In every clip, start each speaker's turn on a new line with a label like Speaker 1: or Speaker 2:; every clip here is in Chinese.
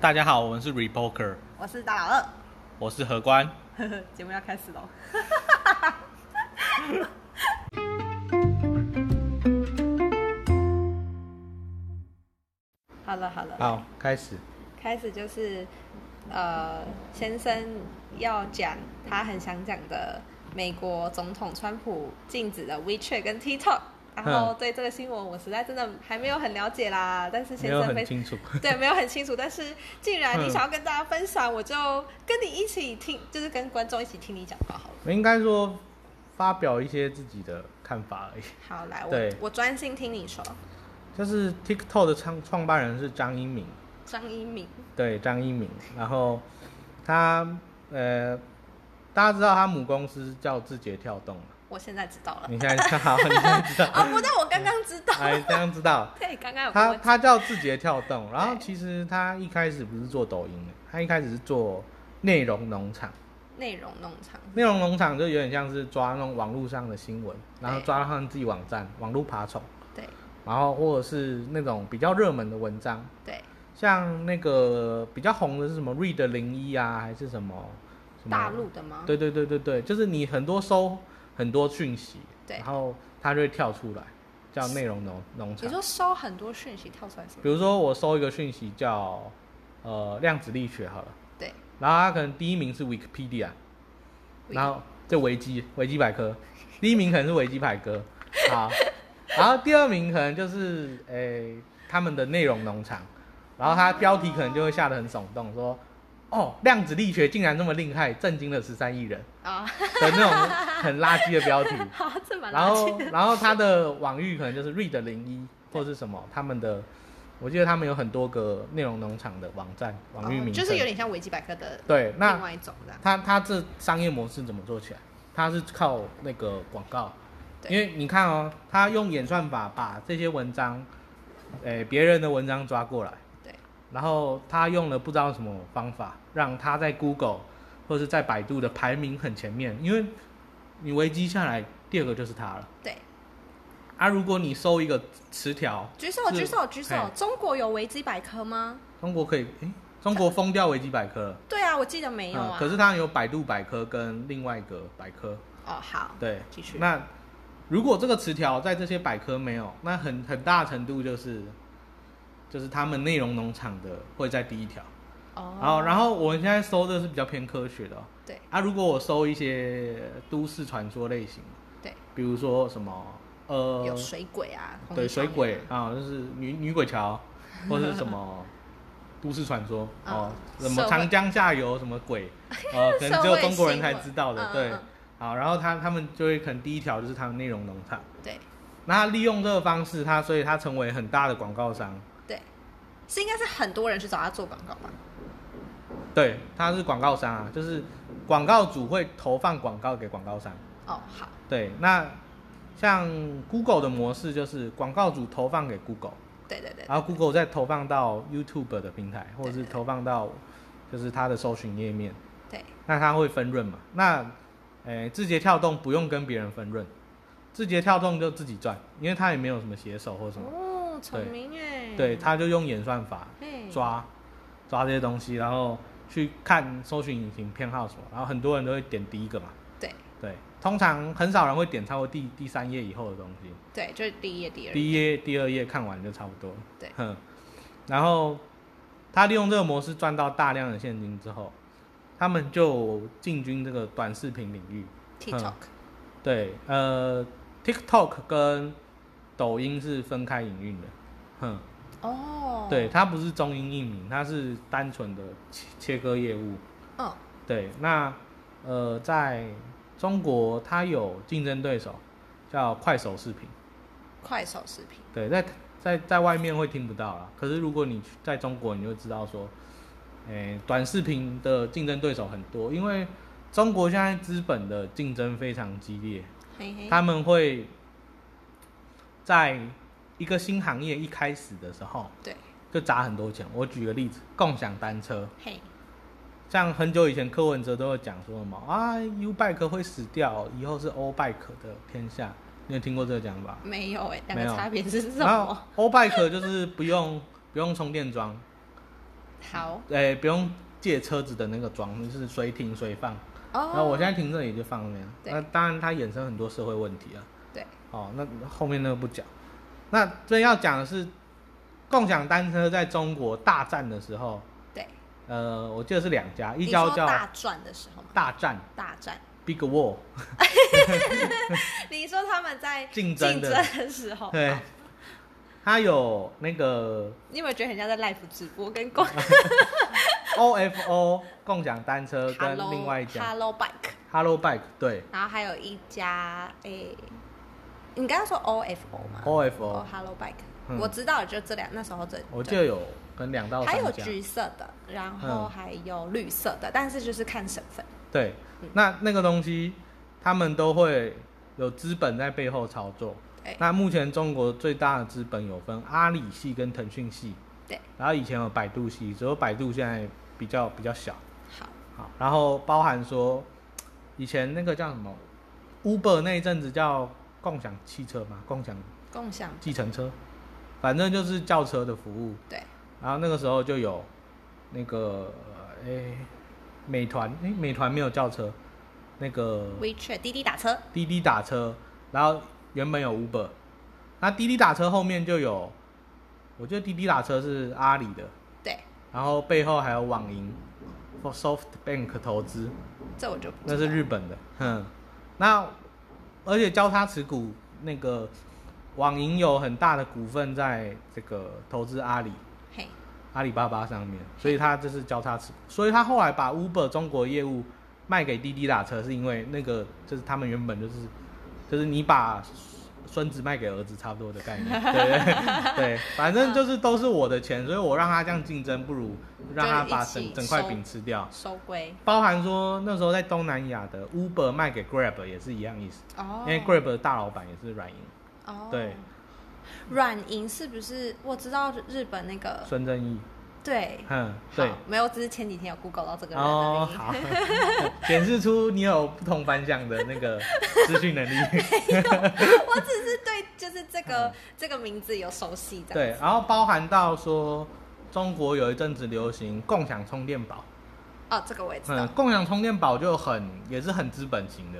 Speaker 1: 大家好，我们是 Repoker，
Speaker 2: 我是大老二
Speaker 1: 我是何官。
Speaker 2: 呵呵， 节目要开始喽。好了好了，
Speaker 1: 好，开始。
Speaker 2: 开始就是呃，先生要讲他很想讲的美国总统川普禁止了 WeChat 跟 TikTok。然后
Speaker 1: 嗯
Speaker 2: 对这个新闻，我实在真的还没有很了解啦。但是
Speaker 1: 没
Speaker 2: 先
Speaker 1: 有
Speaker 2: 生非
Speaker 1: 很清楚。
Speaker 2: 对，没有很清楚，但是既然你
Speaker 1: 嗯
Speaker 2: 想要跟大家分享，我就跟你一起听，就是跟观众一起听你讲话好了。
Speaker 1: 我应该说发表一些自己的看法而已。
Speaker 2: 好，来，
Speaker 1: 对
Speaker 2: 我我专心听你说。
Speaker 1: 就是 TikTok 的创创办人是张一鸣，
Speaker 2: 张一鸣，
Speaker 1: 对，张一鸣。然后他呃，大家知道他母公司叫字节跳动嘛？
Speaker 2: 我现在知道了。
Speaker 1: 你现在知 道，你现在知道，
Speaker 2: 哦，不对，我刚刚知道。
Speaker 1: 哎，这样知道。
Speaker 2: 对，刚刚有跟
Speaker 1: 他
Speaker 2: 我
Speaker 1: 他叫字节跳动，然后
Speaker 2: 对
Speaker 1: 其实他一开始不是做抖音的，他一开始是做内容农场。
Speaker 2: 内容农场。
Speaker 1: 内容农场就有点像是抓那种网络上的新闻，然后
Speaker 2: 对
Speaker 1: 抓到他们自己网站网络爬虫，
Speaker 2: 对
Speaker 1: 然后或者是那种比较热门的文章，
Speaker 2: 对，
Speaker 1: 像那个比较红的是什么 Read 零一啊，还是什么什么
Speaker 2: 大陆的吗？
Speaker 1: 对对对对对，就是你很多搜很多讯息，
Speaker 2: 对
Speaker 1: 然后它就会跳出来，叫内容农农
Speaker 2: 你
Speaker 1: 场。
Speaker 2: 说收很多讯息跳出来是吗？
Speaker 1: 比如说我搜一个讯息叫呃量子力学好了，
Speaker 2: 对，
Speaker 1: 然后它可能第一名是 Wikipedia，然后就维基维基百科，第一名可能是维基百科，好，然后第二名可能就是诶、他们的内容农场，然后它标题可能就会下得很耸动，说哦量子力学竟然这么厉害，震惊了十三亿人
Speaker 2: 啊，
Speaker 1: 的那种很垃圾的标题，
Speaker 2: 好，这 蛮
Speaker 1: 然
Speaker 2: 垃圾
Speaker 1: 后
Speaker 2: 的。
Speaker 1: 然后它的网域可能就是 Read 零一或是什么他们的。我记得他们有很多个内容农场的网站网域
Speaker 2: 哦
Speaker 1: 名称、
Speaker 2: 就是有点像维基百科的
Speaker 1: 对，那
Speaker 2: 另外一种这样。
Speaker 1: 他他这商业模式怎么做起来？他是靠那个广告，
Speaker 2: 对
Speaker 1: 因为你看哦，他用演算法把这些文章，诶、别人的文章抓过来，
Speaker 2: 对，
Speaker 1: 然后他用了不知道什么方法，让他在 Google 或是在百度的排名很前面，因为你维基下来第二个就是他了。
Speaker 2: 对，
Speaker 1: 啊，如果你搜一个词条，
Speaker 2: 举手
Speaker 1: 是
Speaker 2: 举手举手
Speaker 1: 嘿！
Speaker 2: 中国有维基百科吗？
Speaker 1: 中国可以，诶、中国封掉维基百科了，
Speaker 2: 对啊，我记得没有啊。
Speaker 1: 嗯，可是它有百度百科跟另外一个百科，
Speaker 2: 哦，好，
Speaker 1: 对，
Speaker 2: 继续。
Speaker 1: 那如果这个词条在这些百科没有，那很很大程度就是就是他们内容农场的会在第一条。
Speaker 2: 哦，
Speaker 1: 然后，然后我现在搜的是比较偏科学的、哦、
Speaker 2: 对
Speaker 1: 啊。如果我搜一些都市传说类型，
Speaker 2: 对，
Speaker 1: 比如说什么呃，
Speaker 2: 有水鬼啊，红
Speaker 1: 对
Speaker 2: 衣少
Speaker 1: 水
Speaker 2: 年
Speaker 1: 鬼
Speaker 2: 啊
Speaker 1: 啊，就是女女鬼 桥，或是什么都市传说哦，
Speaker 2: 嗯
Speaker 1: 什么
Speaker 2: 社会
Speaker 1: 长江下游什么鬼，呃，可能只有中国人才知道的，
Speaker 2: 社会新
Speaker 1: 对
Speaker 2: 闻嗯嗯。
Speaker 1: 好，然后他他们就会可能第一条就是他们内容农场，
Speaker 2: 对
Speaker 1: 那他利用这个方式，他所以他成为很大的广告商，
Speaker 2: 对，是应该是很多人去找他做广告吧？
Speaker 1: 对，他是广告商啊，就是广告主会投放广告给广告商，
Speaker 2: 哦，好，
Speaker 1: 对，那像 Google 的模式就是广告主投放给 Google。
Speaker 2: 对对对，
Speaker 1: 然后 Google 再投放到 YouTube 的平台，或者是
Speaker 2: 对
Speaker 1: 投放到就是它的搜寻页面，
Speaker 2: 对
Speaker 1: 那它会分润嘛？那诶，字节跳动不用跟别人分润，字节跳动就自己赚，因为它也没有什么携手或什么，
Speaker 2: 哦，聪明哎，
Speaker 1: 对，它就用演算法
Speaker 2: 嘿，
Speaker 1: 抓抓这些东西，然后去看搜寻引擎偏好什么，然后很多人都会点第一个嘛，
Speaker 2: 对
Speaker 1: 对，通常很少人会点超过第第三页以后的东西。
Speaker 2: 对，就是第一页、第二页，
Speaker 1: 第一页、第二页看完就差不多。
Speaker 2: 对
Speaker 1: 哼，然后他利用这个模式赚到大量的现金之后，他们就进军这个短视频领域。
Speaker 2: TikTok，
Speaker 1: 对，呃，TikTok 跟抖音是分开营运的。哼，
Speaker 2: 哦，
Speaker 1: 嗯对，，它不是中英一名，它是单纯的切切割业务。
Speaker 2: 嗯，
Speaker 1: 对，那呃，在中国它有竞争对手叫快手视频。
Speaker 2: 快手视频，
Speaker 1: 对，在在在外面会听不到啦。可是如果你去在中国，你就知道说，诶、短视频的竞争对手很多，因为中国现在资本的竞争非常激烈，
Speaker 2: 嘿嘿，
Speaker 1: 他们会在一个新行业一开始的时候
Speaker 2: 对，
Speaker 1: 就砸很多钱。我举个例子，共享单车，
Speaker 2: 嘿，
Speaker 1: 像很久以前柯文哲都有讲说什么啊，U bike 会死掉，以后是 O bike 的天下。你有听过这个讲法？
Speaker 2: 没有哎，两
Speaker 1: 没
Speaker 2: 个
Speaker 1: 有
Speaker 2: 差别是什
Speaker 1: 然后
Speaker 2: 么？
Speaker 1: O bike 就是不用不用充电桩，
Speaker 2: 好哦
Speaker 1: 哎，不用借车子的那个装，就是随停随放。然后
Speaker 2: 哦，
Speaker 1: 我现在停这里就放那边，
Speaker 2: 对
Speaker 1: 那当然它衍生很多社会问题啊。
Speaker 2: 对，
Speaker 1: 哦，那后面那个不讲。那这边要讲的是，共享单车在中国大战的时候，
Speaker 2: 对，
Speaker 1: 呃，我记得是两家，一
Speaker 2: 你
Speaker 1: 家
Speaker 2: 说
Speaker 1: 叫
Speaker 2: 大转的时候吗？
Speaker 1: 大战
Speaker 2: 大战，
Speaker 1: （Big War），
Speaker 2: 你说他们在
Speaker 1: 竞争的
Speaker 2: 争的 时候，
Speaker 1: 对，它有那个
Speaker 2: 你有没有觉得很像在 live 直播跟共
Speaker 1: 呃 OFO 共享单车跟
Speaker 2: Hello
Speaker 1: 另外一家
Speaker 2: Hello Bike，
Speaker 1: Hello Bike，对
Speaker 2: 然后还有一家诶、你刚刚说 OFO 吗
Speaker 1: OFO，
Speaker 2: 哦 Hello Bike，、
Speaker 1: 哦嗯
Speaker 2: 我知道就这两，那时候这
Speaker 1: 我记
Speaker 2: 这
Speaker 1: 得有跟两到
Speaker 2: 还有
Speaker 1: 三家。
Speaker 2: 橘色的，然后
Speaker 1: 嗯
Speaker 2: 还有绿色的，但是就是看省份。
Speaker 1: 对，
Speaker 2: 嗯
Speaker 1: 那那个东西他们都会有资本在背后操作
Speaker 2: 对。
Speaker 1: 那目前中国最大的资本有分阿里系跟腾讯系，
Speaker 2: 对，
Speaker 1: 然后以前有百度系，只有百度现在比较比较小。
Speaker 2: 好，
Speaker 1: 好，然后包含说以前那个叫什么 Uber 那一阵子叫共享汽车嘛，共享
Speaker 2: 共享
Speaker 1: 计程车，反正就是轿车的服务。
Speaker 2: 对，
Speaker 1: 然后那个时候就有那个呃诶、美团诶、美团没有轿车，那个
Speaker 2: WeChat 滴滴打车，
Speaker 1: 滴滴打车，然后原本有 Uber，那滴滴打车后面就有，我觉得滴滴打车是阿里的，
Speaker 2: 对，
Speaker 1: 然后背后还有网银，For SoftBank 投资，
Speaker 2: 这我就不知
Speaker 1: 那是
Speaker 2: 道
Speaker 1: 日本的，
Speaker 2: 嗯
Speaker 1: 哼，那而且交叉持股那个网银有很大的股份在这个投资阿里。
Speaker 2: 嘿，
Speaker 1: 阿里巴巴上面，所以他就是交叉持股，所以他后来把 Uber 中国业务卖给滴滴打车，是因为那个就是他们原本就是就是你把孙子卖给儿子差不多的概 念，对对对，反正就是都是我的钱，所以我让他这样竞争，不如让他把
Speaker 2: 就是一
Speaker 1: 整整
Speaker 2: 起
Speaker 1: 块
Speaker 2: 收
Speaker 1: 饼吃掉。
Speaker 2: 收归
Speaker 1: 包含说那时候在东南亚的 Uber 卖给 Grab 也是一样意思，
Speaker 2: 哦
Speaker 1: 因，为 Grab 的大老板也是软银，
Speaker 2: 哦，
Speaker 1: 对，
Speaker 2: 软银是不是？我知道日本那个
Speaker 1: 孙正义，
Speaker 2: 对，
Speaker 1: 嗯，对
Speaker 2: 呃好，，没有，只是前几天有 Google 到这个人
Speaker 1: 哦，
Speaker 2: 而已。
Speaker 1: 好， 显示出你有不同凡响的那 个资讯能力。
Speaker 2: 我只是对就是这个这个名字有熟悉
Speaker 1: 哦
Speaker 2: 的。
Speaker 1: 对，然后包含到说，中国有一阵子流行共享充电宝，
Speaker 2: 哦，这个我也知
Speaker 1: 嗯
Speaker 2: 道，。
Speaker 1: 共享充电宝就很也是很资本型的，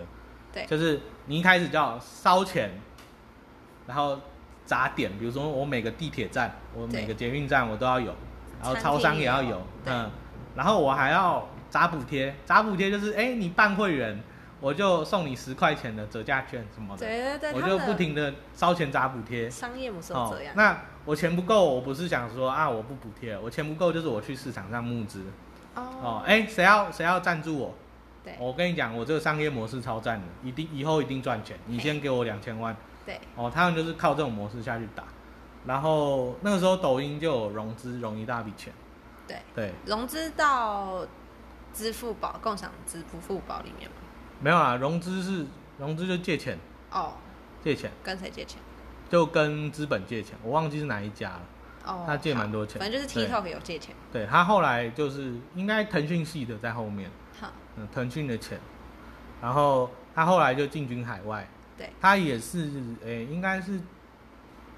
Speaker 2: 对
Speaker 1: 就是你一开始叫烧钱，然后砸点，比如说我每个地铁站，我
Speaker 2: 对
Speaker 1: 每个捷运站我都要有，然后
Speaker 2: 餐
Speaker 1: 超商
Speaker 2: 厅
Speaker 1: 也
Speaker 2: 也
Speaker 1: 要
Speaker 2: 有
Speaker 1: 有，
Speaker 2: 对
Speaker 1: 嗯，然后我还要砸补贴，砸补贴就是哎、你办会员，我就送你十块钱的折价券什么的，
Speaker 2: 对对对，
Speaker 1: 我
Speaker 2: 他
Speaker 1: 就
Speaker 2: 们
Speaker 1: 不
Speaker 2: 的
Speaker 1: 停的烧钱砸补贴。哦
Speaker 2: 商业模式有这样。
Speaker 1: 那我钱不够，我不是想说啊我不补贴，我钱不够就是我去市场上募资。哦
Speaker 2: 哦，，
Speaker 1: 哎、谁要谁要赞助我？
Speaker 2: 对
Speaker 1: 我跟你讲，我这个商业模式超赞的，一定以后一定赚钱。你
Speaker 2: 嘿
Speaker 1: 先给我两千万
Speaker 2: 对，
Speaker 1: 哦，他们就是靠这种模式下去打。然后那个时候抖音就有融资，融一大笔钱。
Speaker 2: 对
Speaker 1: 对，
Speaker 2: 融资到支付宝共享支付付宝里面吗？
Speaker 1: 没有啦，融资是融资就借钱，
Speaker 2: 哦，
Speaker 1: 借钱
Speaker 2: 跟谁借钱？
Speaker 1: 就跟资本借钱，我忘记是哪一家了。
Speaker 2: 哦，
Speaker 1: 他借
Speaker 2: 好
Speaker 1: 蛮多钱
Speaker 2: 反正就是
Speaker 1: 对
Speaker 2: TikTok 有借钱。
Speaker 1: 对他后来就是应该腾讯系的在后面，
Speaker 2: 好，
Speaker 1: 嗯，腾讯的钱，然后他后来就进军海外，
Speaker 2: 对，
Speaker 1: 他也是诶、应该是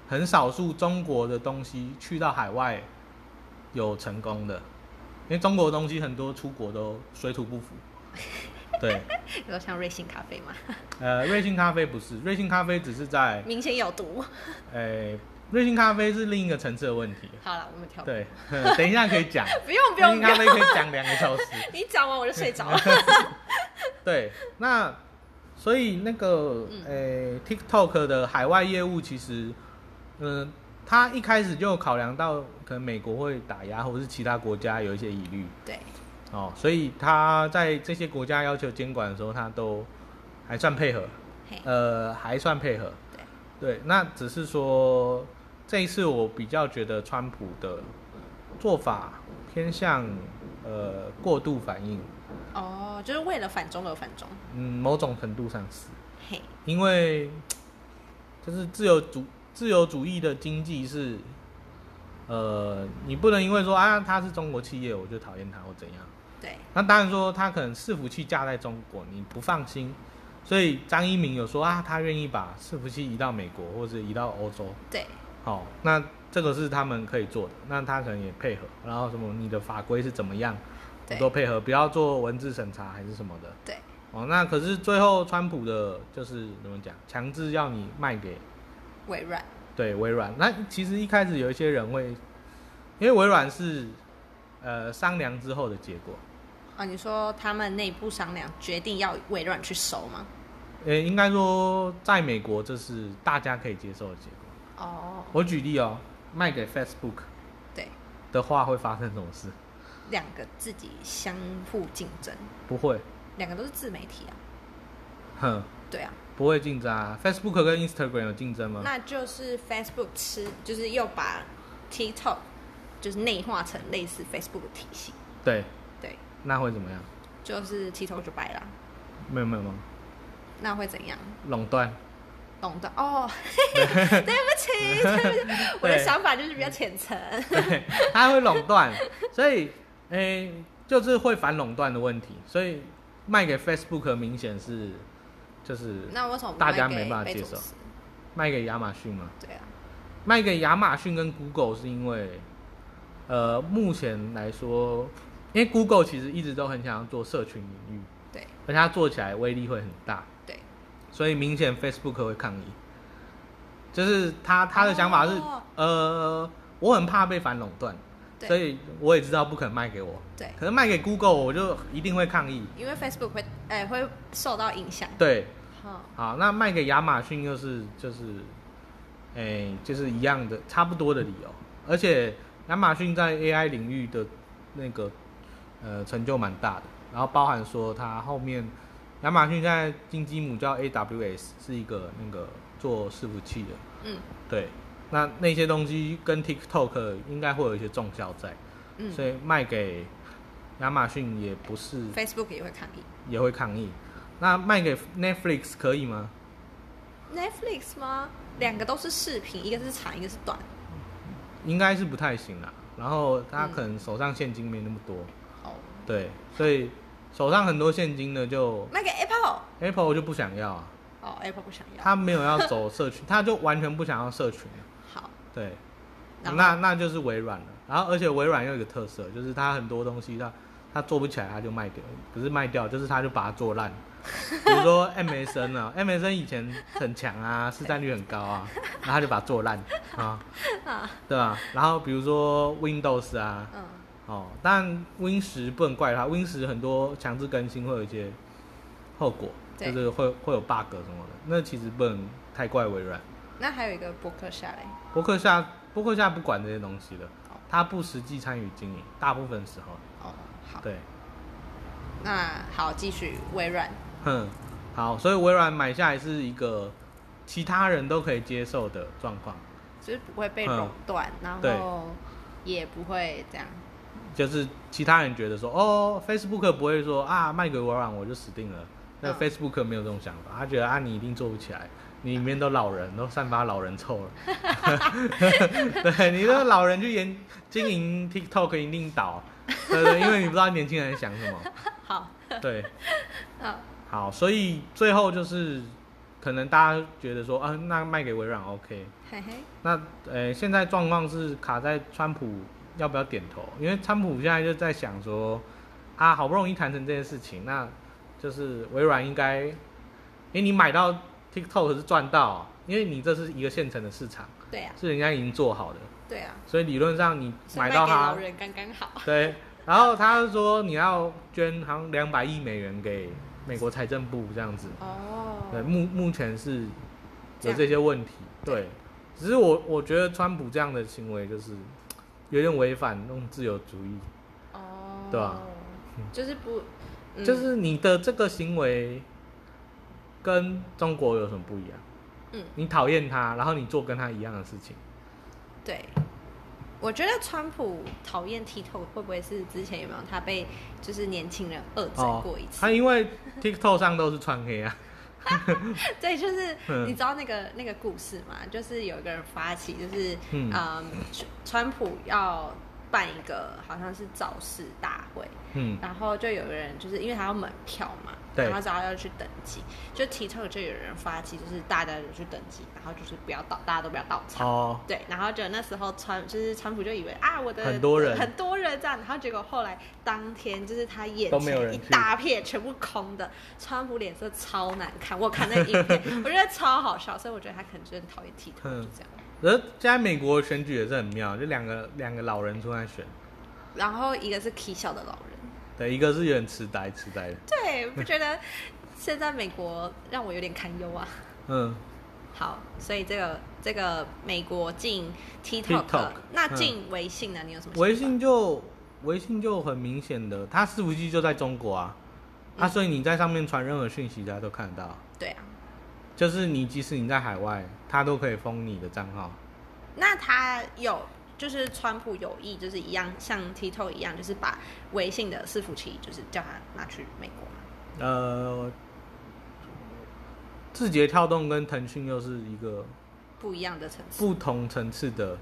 Speaker 1: 很少数中国的东西去到海外有成功的，因为中国的东西很多出国都水土 不服。对，
Speaker 2: 你说像瑞幸咖啡吗？
Speaker 1: 呃，瑞幸咖啡不是，瑞幸咖啡只是在
Speaker 2: 明显有毒。
Speaker 1: 诶、瑞幸咖啡是另一个层次的问题。
Speaker 2: 好了，我们跳。，
Speaker 1: 对， 哼等一下可以讲，
Speaker 2: 不 用不
Speaker 1: 瑞
Speaker 2: 用
Speaker 1: 幸
Speaker 2: 不
Speaker 1: 咖
Speaker 2: 用，
Speaker 1: 啡可以讲两个小时。
Speaker 2: 你讲完我就睡 着了。
Speaker 1: 对，那所以那个
Speaker 2: 嗯
Speaker 1: 诶、TikTok 的海外业务其实，嗯、他一开始就有考量到可能美国会打压，或是其他国家有一些疑虑
Speaker 2: 对，
Speaker 1: 哦，所以他在这些国家要求监管的时候，他都还算配合，
Speaker 2: 嘿，
Speaker 1: 呃，还算配合。
Speaker 2: 对，
Speaker 1: 对，那只是说这一次我比较觉得川普的做法偏向呃过度反应，
Speaker 2: 哦，就是为了反中而反中。
Speaker 1: 嗯，某种程度上是。
Speaker 2: 嘿，
Speaker 1: 因为就是自由主自由主义的经济是，呃，你不能因为说啊他是中国企业我就讨厌他或怎样。
Speaker 2: 对，
Speaker 1: 那当然说他可能伺服器架在中国，你不放心，所以张一鸣有说啊他愿意把伺服器移到美国或者移到欧洲。
Speaker 2: 对，
Speaker 1: 好、那这个是他们可以做的，那他可能也配合，然后什么你的法规是怎么样，
Speaker 2: 对
Speaker 1: 都配合，不要做文字审查还是什么的。
Speaker 2: 对，
Speaker 1: 哦，那可是最后川普的就是怎么讲，强制要你卖给
Speaker 2: 微软，
Speaker 1: 对微软。那其实一开始有一些人会，因为微软是呃商量之后的结果，
Speaker 2: 哦，你说他们内部商量决定要微软去收吗？
Speaker 1: 呃，应该说在美国这是大家可以接受的结果。
Speaker 2: 哦，
Speaker 1: 我举例哦，卖给 Facebook
Speaker 2: 对，
Speaker 1: 的话会发生什么事？
Speaker 2: 两个自己相互竞争，
Speaker 1: 不会，
Speaker 2: 两个都是自媒体啊，
Speaker 1: 哼，
Speaker 2: 对啊，
Speaker 1: 不会竞争啊。Facebook 跟 Instagram 有竞争吗？
Speaker 2: 那就是 Facebook 吃，就是又把 TikTok 就是内化成类似 Facebook 的体系，
Speaker 1: 对，
Speaker 2: 对，
Speaker 1: 那会怎么样？
Speaker 2: 就是 TikTok 就掰了，
Speaker 1: 没有没有没有，
Speaker 2: 那会怎样？
Speaker 1: 垄断。
Speaker 2: 懂的哦， 对不 起，对不起，我的想法就是比较浅层，
Speaker 1: 对，它会垄断，所以诶、就是会反垄断的问题，所以卖给 Facebook 明显是就是
Speaker 2: 那为什么不
Speaker 1: 大家
Speaker 2: 卖给
Speaker 1: 没办法
Speaker 2: 贝
Speaker 1: 接
Speaker 2: 佐
Speaker 1: 受
Speaker 2: 斯？
Speaker 1: 卖给亚马逊嘛，
Speaker 2: 对啊，
Speaker 1: 卖给亚马逊跟 Google 是因为呃目前来说，因为 Google 其实一直都很想要做社群领域，
Speaker 2: 对
Speaker 1: 而且它做起来威力会很大，
Speaker 2: 对，
Speaker 1: 所以明显 Facebook 会抗议。就是他他的想法是，
Speaker 2: 哦
Speaker 1: 呃，我很怕被反垄断，
Speaker 2: 对
Speaker 1: 所以我也知道不肯卖给我。
Speaker 2: 对
Speaker 1: 可是卖给 Google，我就一定会抗议。
Speaker 2: 因为 Facebook 会哎、会受到影响，
Speaker 1: 对，
Speaker 2: 好、
Speaker 1: 好，那卖给亚马逊又是就是，哎、就是一样的，差不多的理由。而且亚马逊在 AI 领域的那个呃成就蛮大的，然后包含说它后面亚马逊现在金鸡母叫 AWS，是一个那个做伺服器的，
Speaker 2: 嗯
Speaker 1: 对。那那些东西跟 TikTok 应该会有一些重效在，
Speaker 2: 嗯
Speaker 1: 所以卖给亚马逊也不是
Speaker 2: ，Facebook 也会抗议
Speaker 1: 也会抗议。那卖给 Netflix 可以吗？
Speaker 2: Netflix 吗？两个都是视频，一个是长，一个是短，
Speaker 1: 应该是不太行啦。然后他可能手上现金没那么多，
Speaker 2: 哦，
Speaker 1: 对，所以手上很多现金呢，就
Speaker 2: 卖给 Apple，
Speaker 1: Apple 就不想要啊，
Speaker 2: 哦，Apple 不想要，
Speaker 1: 他没有要走社群，他就完全不想要社群，啊
Speaker 2: 好，
Speaker 1: 对，
Speaker 2: 然后
Speaker 1: 那那就是微软了。然后而且微软又有一个特色，就是它很多东西它它做不起来，它就卖掉，不是卖掉，就是它就把它做 烂。比如说 MSN 啊，MSN 以前很强啊，市占率很高啊，然后它就把它做烂 啊，对吧、然后比如说 Windows 啊，
Speaker 2: 嗯，
Speaker 1: 哦，但 Win 十不能怪它，Win 十很多强制更新会有一些后果，就
Speaker 2: 对
Speaker 1: 是会会有 bug 什么的，那其实不能太怪微软。
Speaker 2: 那还有一个博客下来，
Speaker 1: 博客下博客下不管这些东西的
Speaker 2: 哦，
Speaker 1: 他不实际参与经营，大部分时候
Speaker 2: 哦，好，
Speaker 1: 对，
Speaker 2: 那好，继续微软，
Speaker 1: 哼，好，所以微软买下来是一个其他人都可以接受的状况，
Speaker 2: 就是不会被
Speaker 1: 嗯
Speaker 2: 垄断，
Speaker 1: 对
Speaker 2: 然后也不会这样，
Speaker 1: 就是其他人觉得说，哦，Facebook 不会说啊卖给微软我就死定了，那
Speaker 2: 嗯
Speaker 1: Facebook 没有这种想法，他觉得啊你一定做不起来。你里面都老人，都散发老人臭 了。对，你都老人去研经营 TikTok 一定倒，对对，因为你不知道年轻人在想什么。
Speaker 2: 好，
Speaker 1: 对，
Speaker 2: 嗯，
Speaker 1: 好，所以最后就是，可能大家觉得说，啊，那卖给微软 OK。
Speaker 2: 嘿嘿，
Speaker 1: 那呃，现在状况是卡在川普要不要点头，因为川普现在就在想说，啊，好不容易谈成这件事情，那就是微软应该，因为你买到 TikTok 是赚到，因为你这是一个现成的市场，
Speaker 2: 对啊，
Speaker 1: 是人家已经做好的，
Speaker 2: 对啊，
Speaker 1: 所以理论上你
Speaker 2: 所以
Speaker 1: 买
Speaker 2: 卖
Speaker 1: 到
Speaker 2: 给老
Speaker 1: 它，
Speaker 2: 人刚刚好，
Speaker 1: 对，然后他就说你要捐好像两百亿美元给美国财政部这样子。对，
Speaker 2: 哦，
Speaker 1: 目目前是有
Speaker 2: 这样
Speaker 1: 这些问题，
Speaker 2: 对
Speaker 1: 对。只是我我觉得川普这样的行为就是有点违反那种自由主义，
Speaker 2: 哦，
Speaker 1: 对啊
Speaker 2: 就是不，嗯
Speaker 1: 就是你的这个行为跟中国有什么不一样？
Speaker 2: 嗯，
Speaker 1: 你讨厌他，然后你做跟他一样的事情，
Speaker 2: 对，我觉得川普讨厌 TikTok 会不会是之前有没有他被就是年轻人恶整过一
Speaker 1: 哦
Speaker 2: 次？
Speaker 1: 他因为 TikTok 上都是穿黑啊，
Speaker 2: 对，就是
Speaker 1: 嗯
Speaker 2: 你知道那个那个故事嘛，就是有一个人发起，就是
Speaker 1: 嗯
Speaker 2: 嗯，川川普要办一个好像是造势大会，
Speaker 1: 嗯，
Speaker 2: 然后就有人就是因为他要门票嘛，
Speaker 1: 对
Speaker 2: 然后早上要去登记，就 TikTok 就有人发起，就是大家就去登记，然后就是不要到，大家都不要到场。
Speaker 1: 哦，
Speaker 2: 对，然后就那时候川就是川普就以为啊，我的
Speaker 1: 很多人
Speaker 2: 很多人这样，然后结果后来当天就是他眼
Speaker 1: 都没有
Speaker 2: 前
Speaker 1: 人
Speaker 2: 一
Speaker 1: 去
Speaker 2: 大片全部空的，川普脸色超难看，我看那影片 我觉得超好笑，所以我觉得他可能就是很讨厌 TikTok
Speaker 1: 嗯
Speaker 2: 就这样。
Speaker 1: 而现在美国选举也是很妙，就两个两个老人出来选，
Speaker 2: 然后一个是 K 小的老人，
Speaker 1: 对，一个是有点痴呆痴呆的，
Speaker 2: 对，不觉得现在美国让我有点堪忧啊。
Speaker 1: 嗯，
Speaker 2: 好，所以这个这个美国进 TikTok，,
Speaker 1: TikTok，嗯
Speaker 2: 那进微信呢？你有什么想法？
Speaker 1: 微信就微信就很明显的，它伺服器就在中国啊，啊，所以你在上面传任何讯息，它都看得到，
Speaker 2: 对啊，
Speaker 1: 就是你即使你在海外，它都可以封你的账号，
Speaker 2: 那他有就是川普有意就是一样像 TikTok 一样，就是把微信的伺服器就是叫他拿去美国嘛？
Speaker 1: 呃，字节跳动跟腾讯又是一个
Speaker 2: 不一样的层次。
Speaker 1: 不同层次的。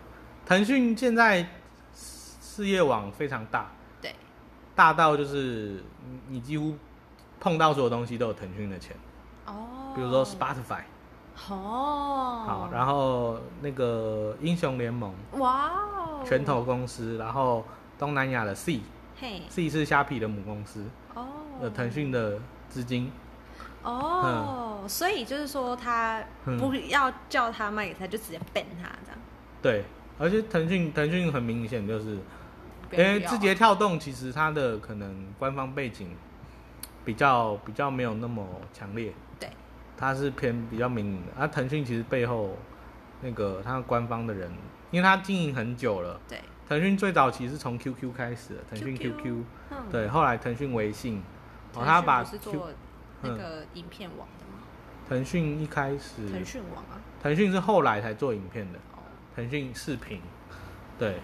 Speaker 1: 腾讯现在事业网非常大，
Speaker 2: 对，
Speaker 1: 大到就是你你几乎碰到所有东西都有腾讯的钱，
Speaker 2: 哦，
Speaker 1: 比如说 Spotify，、
Speaker 2: 哦，
Speaker 1: 好，然后那个英雄联盟、
Speaker 2: 后哇哦，
Speaker 1: 拳头公司，然后东南亚的 C，C
Speaker 2: 嘿，
Speaker 1: 是虾皮的母公司，
Speaker 2: 哦，
Speaker 1: 有腾讯的资金，
Speaker 2: 哦，所以就是说他
Speaker 1: 嗯
Speaker 2: 不要叫他卖给他，就直接 ban 他这样。
Speaker 1: 对，而且腾讯腾讯很明显就是。
Speaker 2: 不
Speaker 1: 因
Speaker 2: 要啊
Speaker 1: 为
Speaker 2: 不要
Speaker 1: 字节跳动其实它的可能官方背景比较比较没有那么强烈，
Speaker 2: 对，
Speaker 1: 它是偏比较民营的。啊，腾讯其实背后那个它官方的人，因为它经营很久了，
Speaker 2: 对，
Speaker 1: 腾讯最早其实从 QQ 开始的，腾讯
Speaker 2: QQ
Speaker 1: QQ，
Speaker 2: 嗯，
Speaker 1: 对，后来腾讯微信，
Speaker 2: 腾
Speaker 1: 哦，
Speaker 2: 讯
Speaker 1: 它把
Speaker 2: 不是
Speaker 1: Q
Speaker 2: 做那个影片网的吗？
Speaker 1: 腾讯一开始，
Speaker 2: 腾讯网啊，
Speaker 1: 腾讯是后来才做影片的，
Speaker 2: 哦，
Speaker 1: 腾讯视频，对，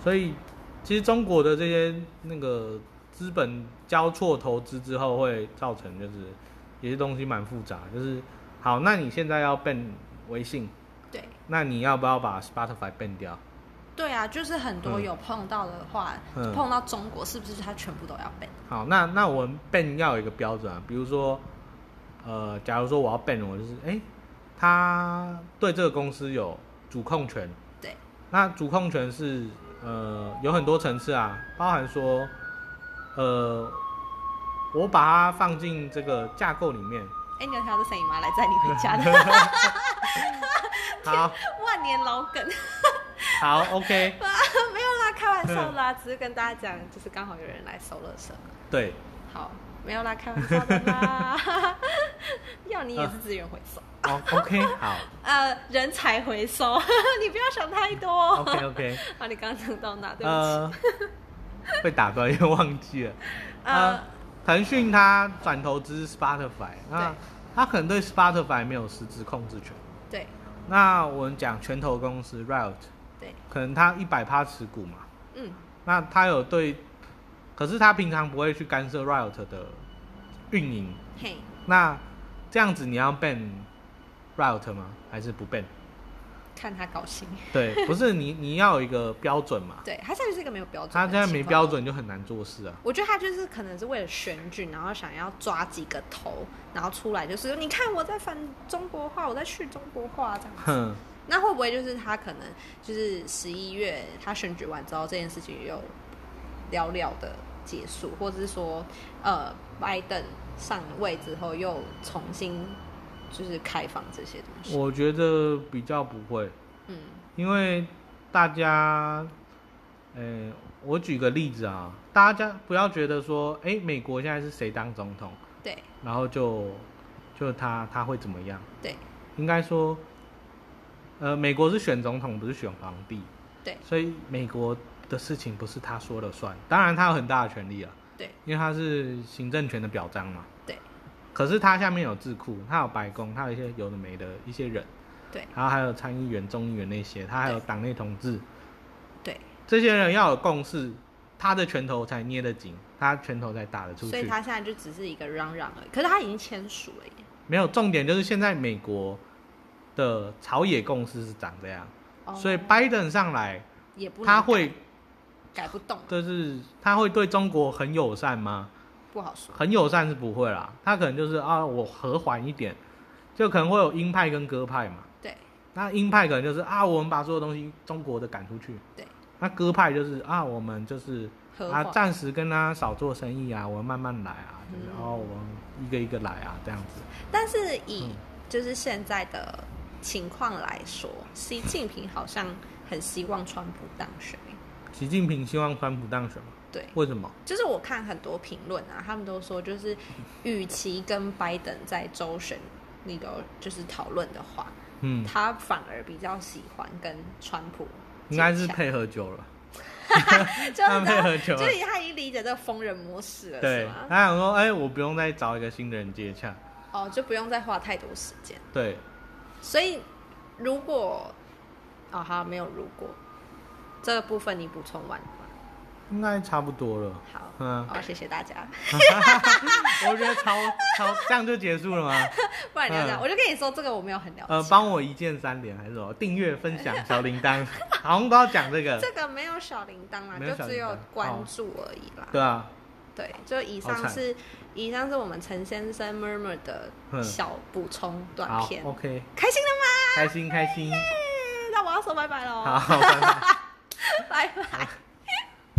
Speaker 1: 所以其实中国的这些那个资本交错投资之后，会造成就是有些东西蛮复杂，就是好，那你现在要 ban 微信，
Speaker 2: 对，
Speaker 1: 那你要不要把 Spotify ban 掉？
Speaker 2: 对啊，就是很多
Speaker 1: 嗯
Speaker 2: 有碰到的话，
Speaker 1: 嗯
Speaker 2: 碰到中国是不是他全部都要 ban？
Speaker 1: 好，那那我们 ban 要有一个标准啊，比如说，呃，假如说我要 ban，我就是哎、诶他对这个公司有主控权，
Speaker 2: 对，
Speaker 1: 那主控权是呃有很多层次啊，包含说，呃，我把它放进这个架构里面。
Speaker 2: 哎，你有听到这声音吗？来载你回家 的
Speaker 1: 好，
Speaker 2: 万年老梗，
Speaker 1: 好，OK，
Speaker 2: 没有啦，开玩笑啦，
Speaker 1: 嗯
Speaker 2: 只是跟大家讲，就是刚好有人来收了声。
Speaker 1: 对，
Speaker 2: 好，没有啦，开玩笑的啦， 要你也
Speaker 1: 嗯
Speaker 2: 是资源回收，
Speaker 1: 哦，OK，好
Speaker 2: 呃，人才回收， 你不要想太多。
Speaker 1: ，OK OK，
Speaker 2: 啊，你刚刚讲到哪？对不起，
Speaker 1: 呃，被打断又忘记了。
Speaker 2: 呃
Speaker 1: 呃，腾讯它转投资 Spotify，那
Speaker 2: 对
Speaker 1: 它可能对 Spotify 没有实质控制权。
Speaker 2: 对
Speaker 1: 那我们讲拳头公司 Riot，
Speaker 2: 对，
Speaker 1: 可能它一百趴持股嘛，
Speaker 2: 嗯，
Speaker 1: 那它有对，可是它平常不会去干涉 Riot 的运营。
Speaker 2: 嘿，
Speaker 1: 那这样子你要 ban Riot 吗？还是不 ban？
Speaker 2: 看他高兴。
Speaker 1: 对，不是你你要有一个标准嘛，
Speaker 2: 对他现在就是一个没有标准，
Speaker 1: 它现在没标。准就很难做事啊。
Speaker 2: 我觉得他就是可能是为了选举，然后想要抓几个头，然后出来就是你看我在反中国话，我在去中国话这样。
Speaker 1: 哼，
Speaker 2: 那会不会就是他可能就是十一月他选举完之后，这件事情又寥寥的结束，或者是说呃拜登上位之后又重新就是开放这些东西？
Speaker 1: 我觉得比较不会，
Speaker 2: 嗯，
Speaker 1: 因为大家，呃、我举个例子啊，大家不要觉得说，哎、美国现在是谁当总统，
Speaker 2: 对
Speaker 1: 然后就就他他会怎么样？
Speaker 2: 对
Speaker 1: 应该说，呃，美国是选总统，不是选皇帝，
Speaker 2: 对
Speaker 1: 所以美国的事情不是他说了算。当然，他有很大的权利啊，
Speaker 2: 对
Speaker 1: 因为他是行政权的表彰嘛。
Speaker 2: 对
Speaker 1: 可是他下面有智库，他有白宫，他有一些有的没的一些人，
Speaker 2: 对
Speaker 1: 然后还有参议员、众议员那些，他还有
Speaker 2: 对
Speaker 1: 党内同志，
Speaker 2: 对，
Speaker 1: 这些人要有共识，他的拳头才捏得紧，他拳头才打得出
Speaker 2: 所以
Speaker 1: 去。
Speaker 2: 他现在就只是一个嚷嚷而已，可是他已经签署了耶。
Speaker 1: 没有重点就是现在美国的朝野共识是长这样，
Speaker 2: 哦
Speaker 1: 所以拜登上来，
Speaker 2: 也不能
Speaker 1: 他会
Speaker 2: 改改不动，
Speaker 1: 就是他会对中国很友善吗？
Speaker 2: 不好说。
Speaker 1: 很友善是不会啦，他可能就是啊，我和缓一点，就可能会有鹰派跟鸽派嘛。
Speaker 2: 对，
Speaker 1: 那鹰派可能就是啊，我们把所有东西中国的赶出去。
Speaker 2: 对。
Speaker 1: 那鸽派就是啊，我们就是
Speaker 2: 和
Speaker 1: 啊，
Speaker 2: 缓
Speaker 1: 暂时跟他少做生意啊，我们慢慢来啊，就是
Speaker 2: 嗯
Speaker 1: 哦，我们一个一个来啊，这样子。
Speaker 2: 但是以
Speaker 1: 嗯
Speaker 2: 就是现在的情况来说，习近平好像很希望川普当选。
Speaker 1: 习近平希望川普当选吗？
Speaker 2: 对，
Speaker 1: 为什么？
Speaker 2: 就是我看很多评论啊，他们都说，就是与其跟拜登在周选那个就是讨论的话，
Speaker 1: 嗯，
Speaker 2: 他反而比较喜欢跟川普
Speaker 1: 应
Speaker 2: 接洽，
Speaker 1: 该是配合久了，
Speaker 2: 就是
Speaker 1: 他配合久
Speaker 2: 就
Speaker 1: 了。
Speaker 2: 是他已经理解这个疯人模式了，是
Speaker 1: 啊对，
Speaker 2: 吗？
Speaker 1: 他想说，哎、我不用再找一个新的人接洽。
Speaker 2: 哦，就不用再花太多时间。
Speaker 1: 对，
Speaker 2: 所以如果啊、好，没有如果这个部分你补充完了吗？
Speaker 1: 应该差不多 了。
Speaker 2: 好，
Speaker 1: 嗯
Speaker 2: 好、谢谢大家。
Speaker 1: 我觉得超超这样就结束 了吗？
Speaker 2: 不然你要讲，
Speaker 1: 嗯
Speaker 2: 我就跟你说这个我没有很了解，
Speaker 1: 呃，帮我一键三连还是什么？订阅、分享、小铃 铛，好像都要讲这个。
Speaker 2: 这个没有小铃铛啦，
Speaker 1: 没有
Speaker 2: 就
Speaker 1: 小铃铛
Speaker 2: 只有关注而已啦。
Speaker 1: 对啊，
Speaker 2: 对，就以
Speaker 1: 好
Speaker 2: 上
Speaker 1: 惨
Speaker 2: 是以上是我们陈先生 murmur 的
Speaker 1: 嗯
Speaker 2: 小补充短
Speaker 1: 好
Speaker 2: 片，
Speaker 1: ，OK，
Speaker 2: 开心了吗？
Speaker 1: 开心开心，
Speaker 2: 耶那我要说拜拜喽，
Speaker 1: 好，拜拜。
Speaker 2: 拜拜。